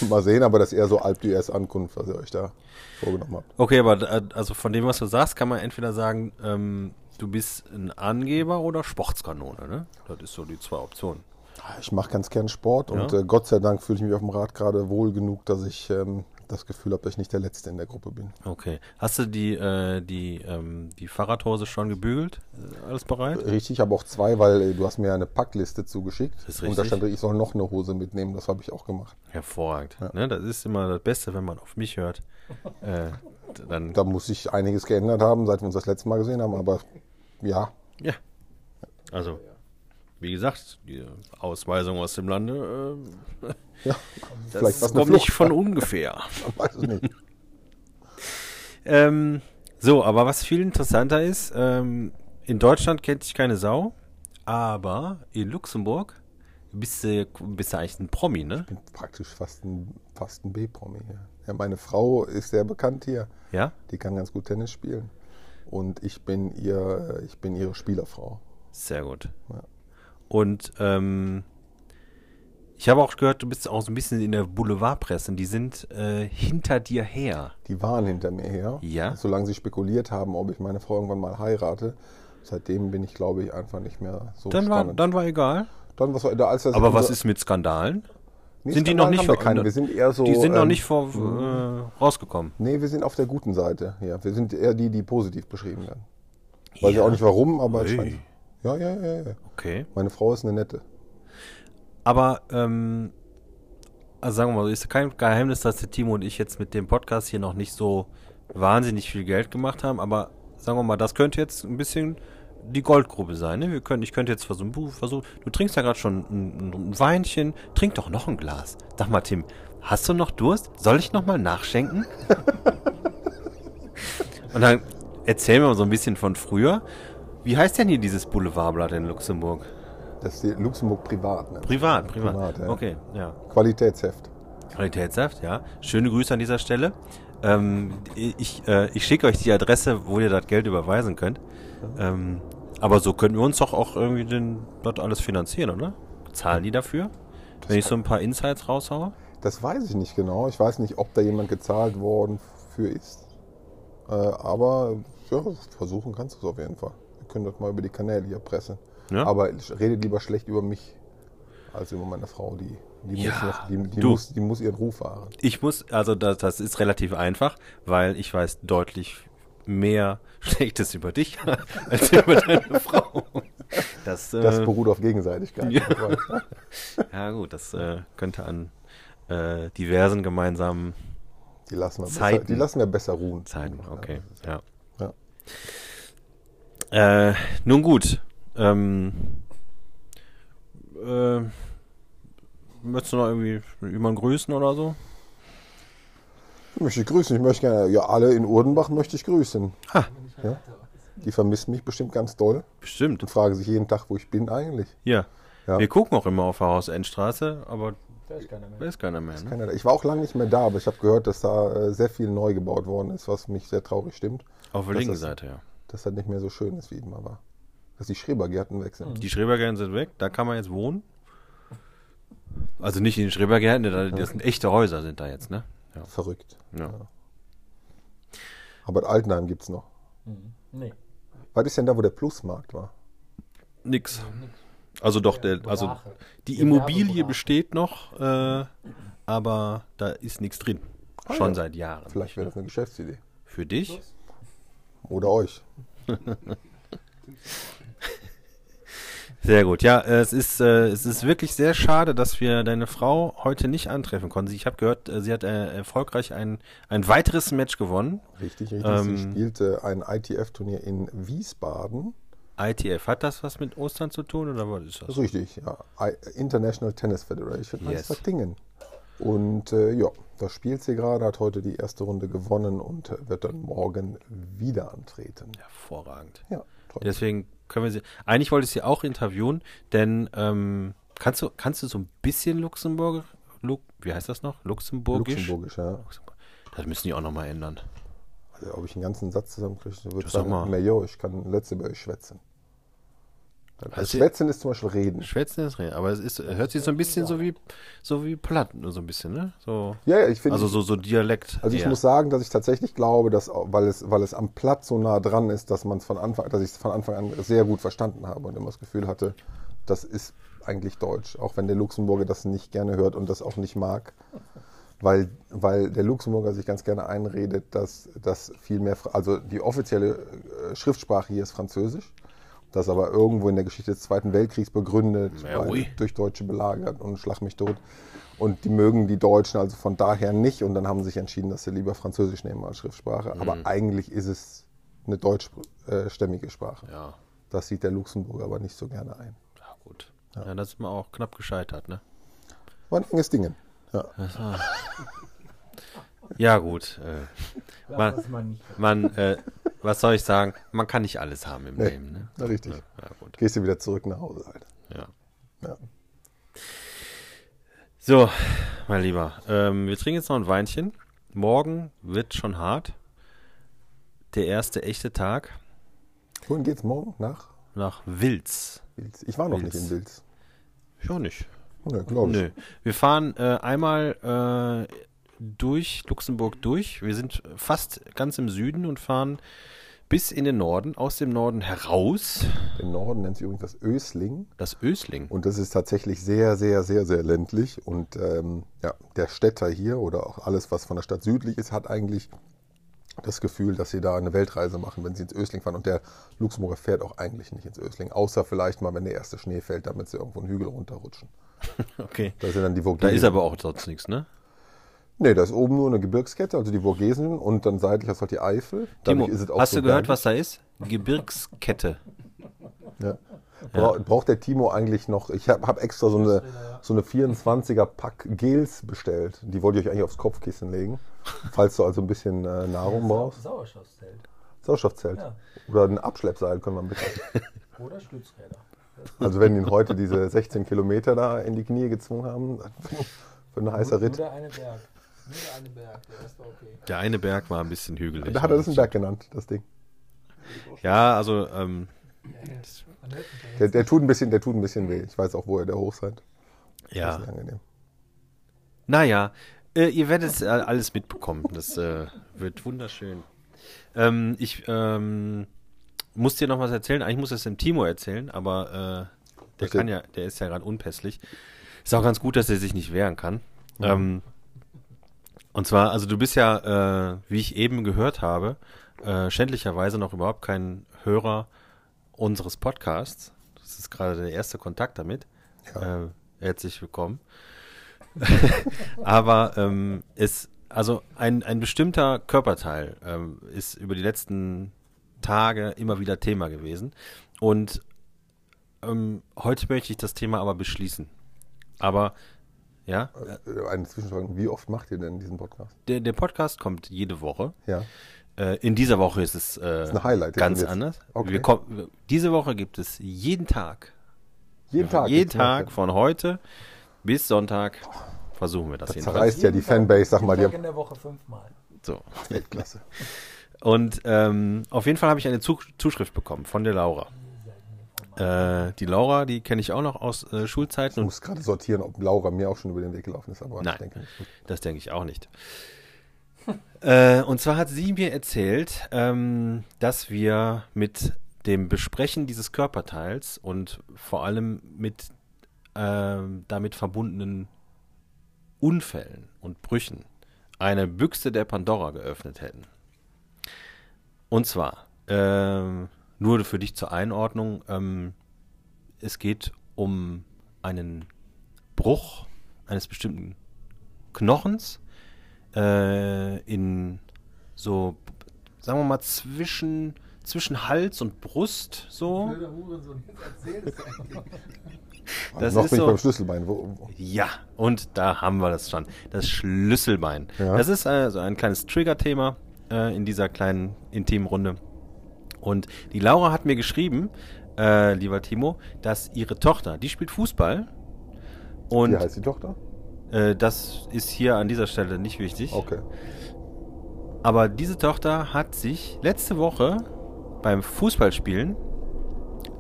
S8: mal sehen, aber das ist eher so Alp d'Huez Ankunft, was ihr euch da vorgenommen habt.
S2: Okay, aber äh, also von dem, was du sagst, kann man entweder sagen, ähm, du bist ein Angeber oder Sportskanone, ne? Das ist so die zwei Optionen.
S8: Ich mache ganz gern Sport und
S2: Ja.
S8: äh, Gott sei Dank fühle ich mich auf dem Rad gerade wohl genug, dass ich ähm, das Gefühl habe, dass ich nicht der Letzte in der Gruppe bin.
S2: Okay. Hast du die, äh, die, ähm, die Fahrradhose schon gebügelt? Äh, Alles bereit?
S8: Richtig, ich habe auch zwei, weil äh, du hast mir ja eine Packliste zugeschickt.
S2: Das ist
S8: Und da
S2: richtig.
S8: stand, drin, ich soll noch eine Hose mitnehmen. Das habe ich auch gemacht.
S2: Hervorragend. Ne, das ist immer das Beste, wenn man auf mich hört. Äh, dann,
S8: Da muss sich einiges geändert haben, seit wir uns das letzte Mal gesehen haben. Aber ja,
S2: ja. Also, wie gesagt, die Ausweisung aus dem Lande, äh,
S8: ja.
S2: das
S8: war's
S2: kommt nicht von ungefähr.
S8: Ich weiß es nicht.
S2: Ähm, so, aber was viel interessanter ist, ähm, in Deutschland kennt dich keine Sau, aber in Luxemburg bist du, bist du eigentlich ein Promi, ne?
S8: bin praktisch fast ein, fast ein B-Promi hier. Ja, meine Frau ist sehr bekannt hier.
S2: Ja?
S8: Die kann ganz gut Tennis spielen. Und ich bin ihr, äh, ich bin ihre Spielerfrau.
S2: Sehr gut.
S8: Ja.
S2: Und ähm, ich habe auch gehört, du bist auch so ein bisschen in der Boulevardpresse und die sind äh, hinter dir her.
S8: Die waren hinter mir her.
S2: Ja.
S8: Solange sie spekuliert haben, ob ich meine Frau irgendwann mal heirate. Seitdem bin ich, glaube ich, einfach nicht mehr so
S2: Dann war,
S8: Oh, spannend. Also
S2: dann war egal.
S8: dann was, war- da, als das
S2: Aber was
S8: unser-
S2: ist mit Skandalen?
S8: Nee,
S2: sind die
S8: Skandal
S2: noch nicht
S8: haben wir
S2: ver-
S8: keine. Wir sind eher so.
S2: die sind noch
S8: ähm,
S2: nicht vor, äh, rausgekommen.
S8: Nee, wir sind auf der guten Seite. Ja, wir sind eher die, die positiv beschrieben werden. Weiß ich auch nicht warum, aber
S2: Ui.
S8: anscheinend- ja, ja, ja, ja.
S2: Okay.
S8: Meine Frau ist eine nette.
S2: Aber, ähm, also sagen wir mal, so, ist kein Geheimnis, dass der Timo und ich jetzt mit dem Podcast hier noch nicht so wahnsinnig viel Geld gemacht haben, aber sagen wir mal, das könnte jetzt ein bisschen die Goldgrube sein, ne? Wir können, ich könnte jetzt versuchen, puh, versuchen, du trinkst ja gerade schon ein, ein- ein Weinchen, trink doch noch ein Glas. Sag mal, Tim, hast du noch Durst? Soll ich noch mal nachschenken? und dann erzählen wir mal so ein bisschen von früher. Wie heißt denn hier dieses Boulevardblatt in Luxemburg?
S8: Das ist die Luxemburg privat. Ne?
S2: Privat, privat.
S8: Privat, ja.
S2: Okay, ja.
S8: Qualitätsheft.
S2: Qualitätssaft, ja. Schöne Grüße an dieser Stelle. Ähm, ich äh, ich schicke euch die Adresse, wo ihr das Geld überweisen könnt. Ähm, aber so könnten wir uns doch auch irgendwie den, dort alles finanzieren, oder? Zahlen die dafür? Wenn ich so ein paar Insights raushaue?
S8: Das weiß ich nicht genau. Ich weiß nicht, ob da jemand gezahlt worden für ist. Äh, aber ja, versuchen kannst du es auf jeden Fall. Wir können das mal über die Kanäle hier pressen.
S2: Ja.
S8: Aber redet lieber schlecht über mich als über meine Frau. Die, die, muss,
S2: Ja,
S8: noch, die, die,
S2: du.
S8: muss, die muss ihren Ruf wahren.
S2: Ich muss, also das, das ist relativ einfach, weil ich weiß deutlich mehr Schlechtes über dich als über deine Frau. Das, äh,
S8: Das beruht auf Gegenseitigkeit. ne? Ja.
S2: ja gut, das äh, könnte an äh, diversen gemeinsamen
S8: Die lassen wir, besser,
S2: Zeiten.
S8: die lassen wir besser ruhen.
S2: Zeiten, okay, ja.
S8: Ja.
S2: Äh, nun gut. Ähm, äh, möchtest du noch irgendwie jemanden grüßen oder so?
S8: Ich möchte grüßen. Ich möchte gerne, ja, alle in Urdenbach möchte ich grüßen. Ja? Die vermissen mich bestimmt ganz doll
S2: Bestimmt.
S8: und fragen sich jeden Tag, wo ich bin eigentlich.
S2: Ja.
S8: Ja.
S2: Wir gucken auch immer auf der Hausendstraße, aber
S6: Da ist keiner mehr.
S2: da ist keiner mehr. Ne?
S8: Keiner da. Ich war auch lange nicht mehr da, aber ich habe gehört, dass da äh, sehr viel neu gebaut worden ist, was mich sehr traurig stimmt,
S2: Auf der
S8: Das
S2: linken
S8: ist-
S2: Seite, ja.
S8: dass das nicht mehr so schön ist, wie immer war. Dass die Schrebergärten weg sind.
S2: Die Schrebergärten sind weg, da kann man jetzt wohnen. Also nicht in den Schrebergärten, da- das sind echte Häuser sind da jetzt, ne? Ja.
S8: Verrückt.
S2: ja.
S8: Aber in Altenheim gibt es noch.
S2: Mhm.
S6: Nee.
S8: Was ist denn da, wo der Plusmarkt war?
S2: Nix. Also doch, der, also
S6: Brache.
S2: die
S6: Der
S2: Immobilie
S6: Werbebrache.
S2: besteht noch, äh, aber da ist nichts drin. Schon seit Jahren.
S8: Vielleicht wäre das eine Geschäftsidee.
S2: Für dich?
S8: Oder euch.
S2: Sehr gut. Ja, äh, es ist, äh, es ist wirklich sehr schade, dass wir deine Frau heute nicht antreffen konnten. Ich habe gehört, äh, sie hat äh, erfolgreich ein, ein weiteres Match gewonnen.
S8: Richtig, richtig.
S2: Ähm.
S8: Sie spielte ein ITF-Turnier in Wiesbaden.
S2: ITF, hat das was mit Ostern zu tun oder was ist
S8: Das
S2: das?
S8: ist richtig, ja. I- International Tennis Federation
S2: Yes.
S8: heißt das Dingen. Und äh, ja, da spielt sie gerade, hat heute die erste Runde gewonnen und äh, wird dann morgen wieder antreten.
S2: Hervorragend.
S8: Ja, toll.
S2: Deswegen können wir sie. Eigentlich wollte ich sie auch interviewen, denn ähm, kannst du kannst du so ein bisschen Luxemburger, Lu, wie heißt das noch? Luxemburgisch.
S8: Luxemburgisch, ja.
S2: Das müssen die auch nochmal ändern.
S8: Also, ob ich einen ganzen Satz zusammenkriege, dann würde
S2: Du
S8: ich
S2: sag
S8: sagen,
S2: mal.
S8: mehr, jo, ich kann letzte bei euch schwätzen.
S2: Also-
S8: Also schwätzen ist zum Beispiel reden.
S2: Schwätzen ist rein, aber es ist, hört sich so ein bisschen so wie so wie platt, nur so ein bisschen, ne? So,
S8: Ja, ja, ich finde,
S2: also so, so Dialekt.
S8: Also ich
S2: eher.
S8: muss sagen, dass ich tatsächlich glaube, dass auch- weil es weil es am Platz so nah dran ist, dass man es von Anfang, dass ich es von Anfang an sehr gut verstanden habe und immer das Gefühl hatte, das ist eigentlich Deutsch, auch wenn der Luxemburger das nicht gerne hört und das auch nicht mag. weil, weil der Luxemburger sich ganz gerne einredet, dass das viel mehr, Fra- also die offizielle äh, Schriftsprache hier ist Französisch, das aber irgendwo in der Geschichte des Zweiten Weltkriegs begründet,
S2: Ja,
S8: weil
S2: ui.
S8: durch Deutsche belagert und schlag mich tot. Und die mögen die Deutschen also von daher nicht und dann haben sie sich entschieden, dass sie lieber Französisch nehmen als Schriftsprache. Aber
S2: Mhm.
S8: eigentlich ist es eine deutschstämmige Sprache.
S2: Ja,
S8: Das sieht der Luxemburger aber nicht so gerne ein.
S2: ja gut. Ja. da sind wir auch knapp gescheitert, ne?
S8: War ein enges Dingen. Ja.
S2: Ja, gut. Äh, man, man äh, was soll ich sagen? Man kann nicht alles haben im
S8: Nee,
S2: Leben, ne?
S8: na richtig.
S2: Ja, gut.
S8: Gehst du wieder zurück nach Hause halt.
S2: Ja.
S8: Ja.
S2: So, mein Lieber, ähm, wir trinken jetzt noch ein Weinchen. Morgen wird schon hart. Der erste echte Tag
S8: Wohin geht's morgen? Nach
S2: nach Wilz.
S8: Wilz? Ich war noch
S2: Wilz.
S8: nicht in Wilz.
S2: Ja, nicht.
S8: Ne, glaube ich.
S2: Nö. Wir fahren äh, einmal äh, durch Luxemburg durch. Wir sind fast ganz im Süden und fahren bis in den Norden, aus dem Norden heraus.
S8: Im Norden nennt sich übrigens das Ösling.
S2: Das Ösling.
S8: Und das ist tatsächlich sehr, sehr, sehr, sehr ländlich. Und ähm, ja, der Städter hier oder auch alles, was von der Stadt südlich ist, hat eigentlich das Gefühl, dass sie da eine Weltreise machen, wenn sie ins Ösling fahren. Und der Luxemburger fährt auch eigentlich nicht ins Ösling. Außer vielleicht mal, wenn der erste Schnee fällt, damit sie irgendwo einen Hügel runterrutschen.
S2: Okay.
S8: Da sind dann die
S2: Da
S8: Vogesen.
S2: ist aber auch sonst nichts, ne?
S8: Nee, da ist oben nur eine Gebirgskette, also die Vogesen. Und dann seitlich hast du halt die Eifel.
S2: Timo,
S8: Dadurch ist es auch
S2: hast
S8: so
S2: du gehört,
S8: bergig.
S2: was da ist? Gebirgskette.
S8: Ja. Bra Braucht der Timo eigentlich noch? Ich habe hab extra so eine, so eine 24er Pack Gels bestellt. Die wollte ich euch eigentlich aufs Kopfkissen legen, falls du also ein bisschen äh, Nahrung brauchst.
S3: Sauerstoffzelt.
S8: Sauerstoffzelt.
S3: Ja.
S8: Oder ein Abschleppseil können wir mitnehmen.
S3: Oder Stützräder.
S8: Also, wenn ihn heute diese 16 Kilometer da in die Knie gezwungen haben, für einen heißer
S3: Nur
S8: Ritt.
S3: der eine Berg. Nur der eine Berg. Der Rest war okay.
S2: Der eine Berg war ein bisschen hügelig.
S8: Da hat er das einen Berg genannt, das Ding.
S2: Ja, also ähm,
S3: Man hört nicht, der
S8: Der, der, tut ein bisschen, der tut ein bisschen weh. Ich weiß auch, wo er der hoch seid.
S2: ja.
S8: Das ist angenehm.
S2: Naja, äh, ihr werdet es, äh, alles mitbekommen. Das äh, wird wunderschön. Ähm, ich ähm, muss dir noch was erzählen. Eigentlich muss ich es dem Timo erzählen, aber äh, der
S8: Verstehe.
S2: kann ja, der ist ja gerade unpässlich. Ist auch ganz gut, dass er sich nicht wehren kann. Ähm, und zwar, also du bist ja, äh, wie ich eben gehört habe, äh, schändlicherweise noch überhaupt kein Hörer unseres Podcasts. Das ist gerade der erste Kontakt damit. Äh, herzlich willkommen. Aber ähm, ist, also ein, ein bestimmter Körperteil ähm, ist über die letzten Tage immer wieder Thema gewesen. Und ähm, heute möchte ich das Thema aber beschließen. Aber ja,
S8: Äh, Eine Zwischenfrage: Wie oft macht ihr denn diesen Podcast?
S2: der, der Podcast kommt jede Woche.
S8: Ja.
S2: Äh, in dieser Woche ist es äh,
S8: ein Highlight, den
S2: ganz
S8: wir jetzt-
S2: anders.
S8: Okay.
S2: Wir kommen, diese Woche gibt es jeden Tag.
S8: Jeden Tag.
S2: jeden
S8: Ah, gibt's einen
S2: Tag
S8: Auftritt.
S2: von heute bis Sonntag versuchen wir das, jedenfalls.
S8: Zerreißt ja die Fanbase, sag mal, die
S3: Berg
S8: haben
S3: in der Woche fünfmal.
S2: So.
S8: Weltklasse.
S2: Und ähm, auf jeden Fall habe ich eine Zu Zuschrift bekommen von der Laura. Äh, die Laura, die kenne ich auch noch aus äh, Schulzeiten
S8: Ich
S2: und
S8: muss gerade sortieren, ob Laura mir auch schon über den Weg gelaufen ist, aber
S2: Nein.
S8: ich denke nicht.
S2: das denke ich auch nicht. äh, und zwar hat sie mir erzählt, ähm, dass wir mit dem Besprechen dieses Körperteils und vor allem mit ähm, damit verbundenen Unfällen und Brüchen eine Büchse der Pandora geöffnet hätten. Und zwar, ähm, nur für dich zur Einordnung, ähm, es geht um einen Bruch eines bestimmten Knochens äh, in so, sagen wir mal, zwischen, zwischen Hals und Brust so.
S3: Blöder Hurensohn, jetzt erzähl es endlich.
S2: Das
S8: Noch
S2: ist
S8: bin ich
S2: so-
S8: beim Schlüsselbein. Wo, wo?
S2: Ja, und da haben wir das schon. Das Schlüsselbein.
S8: Ja.
S2: Das ist also ein kleines Trigger-Thema äh, in dieser kleinen intimen Runde. Und die Laura hat mir geschrieben, äh, lieber Timo, dass ihre Tochter, die spielt Fußball. Und
S8: Wie heißt die Tochter?
S2: äh, das ist hier an dieser Stelle nicht wichtig.
S8: Okay.
S2: Aber diese Tochter hat sich letzte Woche beim Fußballspielen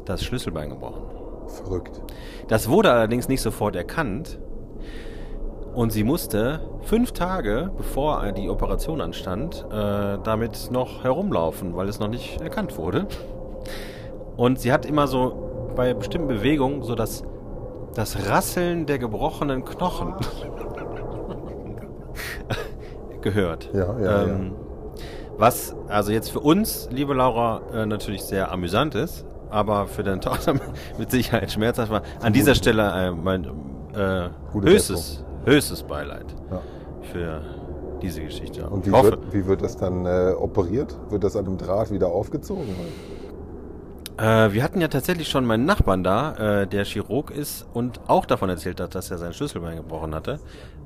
S2: das Schlüsselbein gebrochen.
S8: Verrückt.
S2: Das wurde allerdings nicht sofort erkannt. Und sie musste fünf Tage, bevor die Operation anstand, äh, damit noch herumlaufen, weil es noch nicht erkannt wurde. Und sie hat immer so bei bestimmten Bewegungen so das, das Rasseln der gebrochenen Knochen. gehört.
S8: Ah. Ja, ja,
S2: ähm, Was also jetzt für uns, liebe Laura, äh, natürlich sehr amüsant ist, aber für deine Tochter mit Sicherheit schmerzhaft war. An dieser Stelle äh, mein äh,
S8: Mhm. Gute
S2: höchstes, höchstes Beileid
S8: Ja.
S2: für diese Geschichte.
S8: Und
S2: ich
S8: wie
S2: hoffe,
S8: wird, wie wird das dann äh, operiert? Wird das an dem Draht wieder aufgezogen?
S2: Äh, wir hatten ja tatsächlich schon meinen Nachbarn da, äh, der Chirurg ist und auch davon erzählt hat, dass er sein Schlüsselbein gebrochen hatte.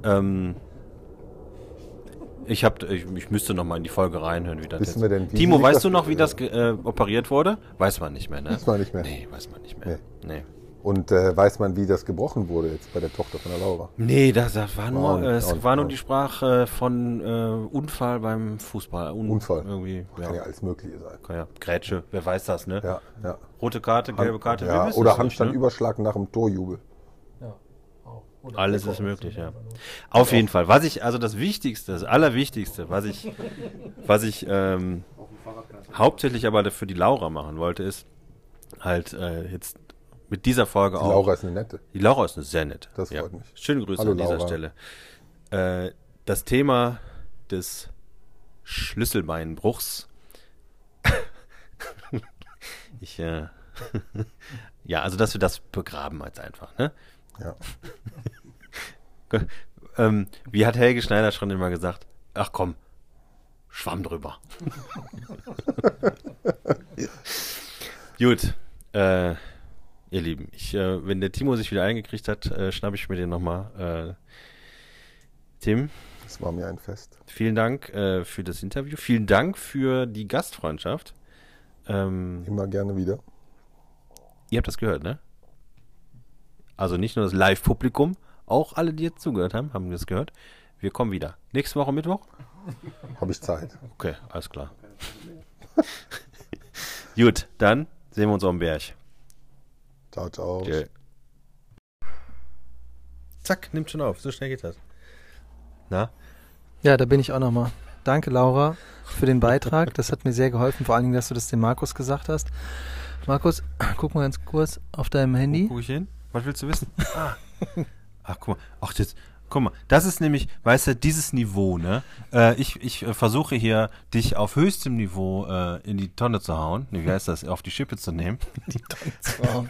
S2: Ähm, ich, hab, ich, ich müsste noch mal in die Folge reinhören, wie das
S8: Wissen
S2: jetzt-
S8: wir denn, wie
S2: Timo,
S8: sie
S2: weißt
S8: das-
S2: du noch, wie das ge- äh, operiert wurde? Weiß man nicht mehr, ne?
S8: Weiß man nicht mehr.
S2: Nee, weiß man nicht mehr. Nee.
S8: Und äh, weiß man, wie das gebrochen wurde jetzt bei der Tochter von der Laura?
S2: Nee, das, das war nur,
S8: Wow,
S2: äh, es
S8: wow,
S2: war nur
S8: wow.
S2: die Sprache von äh, Unfall beim Fußball. Un-
S8: Unfall.
S2: Irgendwie,
S8: Kann ja
S2: ja.
S8: alles Mögliche sein.
S2: Ja, Grätsche, wer weiß das, ne?
S8: Ja, ja.
S2: Rote Karte, gelbe Karte, wir
S8: ja
S2: wissen
S8: oder
S2: es nicht, ne?
S8: Handstandüberschlag nach dem Torjubel.
S2: Alles ist möglich, ja. Auf jeden Fall. Was ich, also das Wichtigste, das Allerwichtigste, was ich, was ich ähm, hauptsächlich aber für die Laura machen wollte, ist halt äh, jetzt mit dieser Folge
S8: Die
S2: auch.
S8: Laura ist eine nette.
S2: die Laura ist eine sehr nett.
S8: Das freut mich.
S2: Schöne Grüße
S8: Hallo,
S2: an dieser
S8: Laura.
S2: Stelle. Äh, das Thema des Schlüsselbeinbruchs. ich, äh, ja, also dass wir das begraben jetzt einfach, ne?
S8: Ja.
S2: ähm, wie hat Helge Schneider schon immer gesagt? Ach komm, Schwamm drüber. Gut, äh, ihr Lieben, ich, äh, wenn der Timo sich wieder eingekriegt hat, äh, schnappe ich mir den nochmal. Äh, Tim,
S8: Das war mir ein Fest.
S2: vielen Dank äh, für das Interview. Vielen Dank für die Gastfreundschaft. Ähm,
S8: Immer gerne wieder.
S2: Ihr habt das gehört, ne? Also nicht nur das Live-Publikum, auch alle, die jetzt zugehört haben, haben das gehört. Wir kommen wieder. Nächste Woche Mittwoch?
S8: Habe ich Zeit.
S2: Okay, alles klar. Gut, dann sehen wir uns auf dem Berg.
S8: Ciao, ciao.
S2: Zack, nimmt schon auf. So schnell geht das. Na?
S1: Ja, da bin ich auch nochmal. Danke, Laura, für den Beitrag. Das hat mir sehr geholfen, vor allen Dingen, dass du das dem Markus gesagt hast. Markus, guck mal ganz kurz auf deinem Handy.
S2: Guck ich hin? Was willst du wissen? Ah. Ach, guck mal. Ach, jetzt. Guck mal, das ist nämlich, weißt du, dieses Niveau, ne? Äh, ich ich äh, versuche hier, dich auf höchstem Niveau äh, in die Tonne zu hauen. Nee, wie heißt das? Auf die Schippe zu nehmen. genau.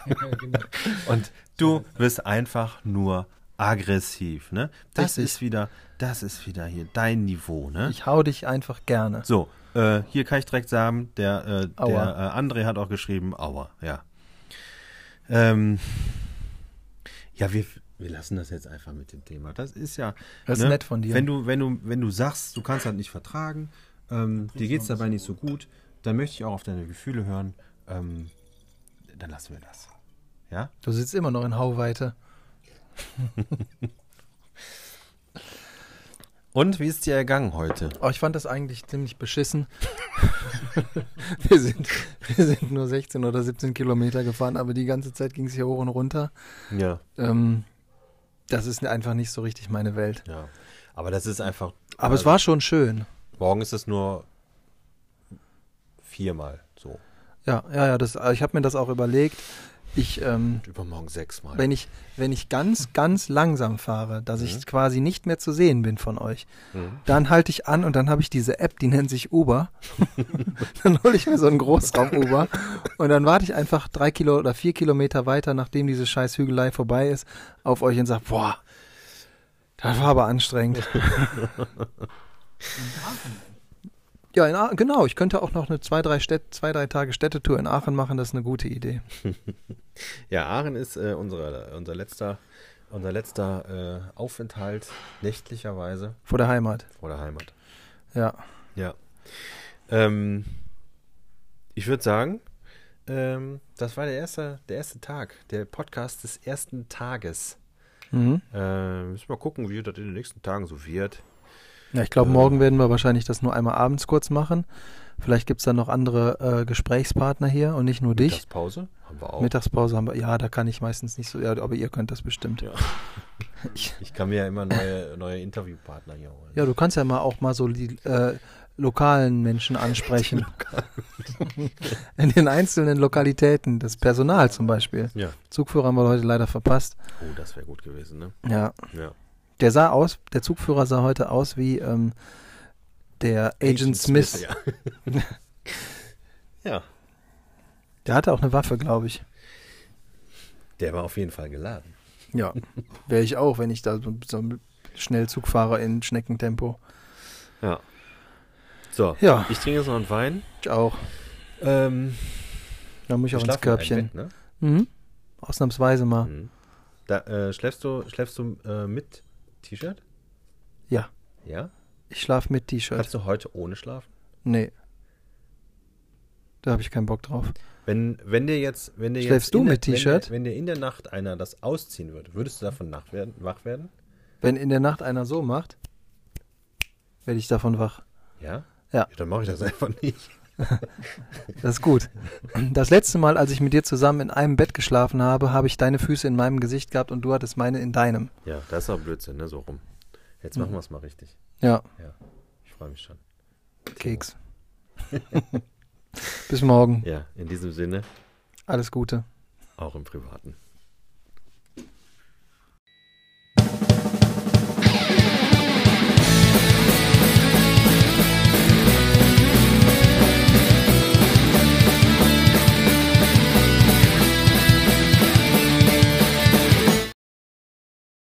S2: Und du bist einfach nur aggressiv, ne? Das
S1: Richtig.
S2: ist wieder, das ist wieder hier dein Niveau, ne?
S1: Ich hau dich einfach gerne.
S2: So, äh, hier kann ich direkt sagen, der, äh, der
S1: Aua.
S2: äh, André hat auch geschrieben, aua, ja. Ähm, ja, wir, wir lassen das jetzt einfach mit dem Thema. Das ist ja. ne,
S1: Das ist nett von dir.
S2: Wenn du, wenn du, wenn du sagst, du kannst das nicht vertragen, ähm, dir geht es dabei nicht so gut, dann möchte ich auch auf deine Gefühle hören. Ähm, dann lassen wir das. Ja?
S1: Du sitzt immer noch in Hauweite.
S2: Und wie ist dir ergangen heute?
S1: Oh, ich fand das eigentlich ziemlich beschissen. wir, sind, wir sind nur 16 oder 17 Kilometer gefahren, aber die ganze Zeit ging es hier hoch und runter.
S2: Ja,
S1: Ähm, das ist einfach nicht so richtig meine Welt.
S2: ja. Aber das ist einfach. äh,
S1: Aber
S2: Also
S1: es war schon schön.
S2: Morgen ist es nur viermal so.
S1: Ja, ja, ja, das, äh, ich habe mir das auch überlegt. Ich, ähm,
S2: Übermorgen sechsmal.
S1: wenn ich, wenn ich ganz, ganz langsam fahre, dass ich quasi nicht mehr zu sehen bin von euch, dann halte ich an und dann habe ich diese App, die nennt sich Uber. dann hole ich mir so einen Großraum-Uber und dann warte ich einfach drei Kilo oder vier Kilometer weiter, nachdem diese scheiß Hügelei vorbei ist, auf euch und sage, boah, das war aber anstrengend. Ja, in Aachen, genau. Ich könnte auch noch eine zwei, drei, Städt, zwei, drei Tage Städtetour in Aachen machen. Das ist eine gute Idee.
S2: ja, Aachen ist äh, unsere, unser letzter, unser letzter äh, Aufenthalt nächtlicherweise
S1: Vor der Heimat.
S2: vor der Heimat.
S1: Ja.
S2: Ja. Ähm, ich würde sagen, ähm, das war der erste, der erste Tag, der Podcast des ersten Tages.
S1: Mhm.
S2: Äh, müssen wir gucken, wie das in den nächsten Tagen so wird.
S1: Ja, ich glaube,
S2: Ähm.
S1: morgen werden wir wahrscheinlich das nur einmal abends kurz machen. Vielleicht gibt es dann noch andere äh, Gesprächspartner hier und nicht nur dich.
S2: Mittagspause haben wir auch.
S1: Mittagspause haben wir. Ja, da kann ich meistens nicht so. Ja, aber ihr könnt das bestimmt. Ja,
S2: Ich kann mir ja immer neue, neue Interviewpartner hier holen.
S1: du kannst ja mal auch mal so die äh, lokalen Menschen ansprechen. In den einzelnen Lokalitäten. Das Personal zum Beispiel.
S2: Ja.
S1: Zugführer haben wir heute leider verpasst.
S2: Oh, das wäre gut gewesen, ne?
S1: Ja.
S2: Ja.
S1: Der sah aus, der Zugführer sah heute aus wie ähm, der Agent, Smith.
S2: Ja. ja,
S1: Der hatte auch eine Waffe, glaube ich.
S2: der war auf jeden Fall geladen.
S1: Ja, wäre ich auch, wenn ich da so, so ein Schnellzugfahrer in Schneckentempo.
S2: Ja. So,
S1: Ja.
S2: ich trinke jetzt noch einen Wein.
S1: Ich auch.
S2: Ähm,
S1: Da muss ich auch
S2: wir
S1: ins
S2: schlafen in einem
S1: Körbchen.
S2: Bett, ne?
S1: Mhm. Ausnahmsweise mal.
S2: Mhm. Da, äh, schläfst du, schläfst du äh, mit T-Shirt?
S1: Ja.
S2: Ja?
S1: Ich schlafe mit T-Shirt.
S2: Kannst du heute ohne schlafen?
S1: Nee. Da habe ich keinen Bock drauf.
S2: Wenn, wenn dir jetzt, wenn dir
S1: Schläfst
S2: jetzt
S1: du
S2: in der-
S1: mit T-Shirt?
S2: Wenn, dir- wenn dir in der Nacht einer das ausziehen würde, würdest du davon nach werden, wach werden?
S1: Wenn in der Nacht einer so macht, werde ich davon wach.
S2: Ja?
S1: Ja.
S2: Dann mache ich das einfach nicht.
S1: Das ist gut. Das letzte Mal, als ich mit dir zusammen in einem Bett geschlafen habe, habe ich deine Füße in meinem Gesicht gehabt und du hattest meine in deinem.
S2: Ja, das ist auch Blödsinn, ne? So rum. Jetzt
S1: Mhm.
S2: machen wir es mal richtig.
S1: Ja,
S2: Ja. Ich freue mich schon.
S1: Keks. Bis morgen.
S2: Ja, in diesem Sinne,
S1: Alles Gute.
S2: auch im Privaten.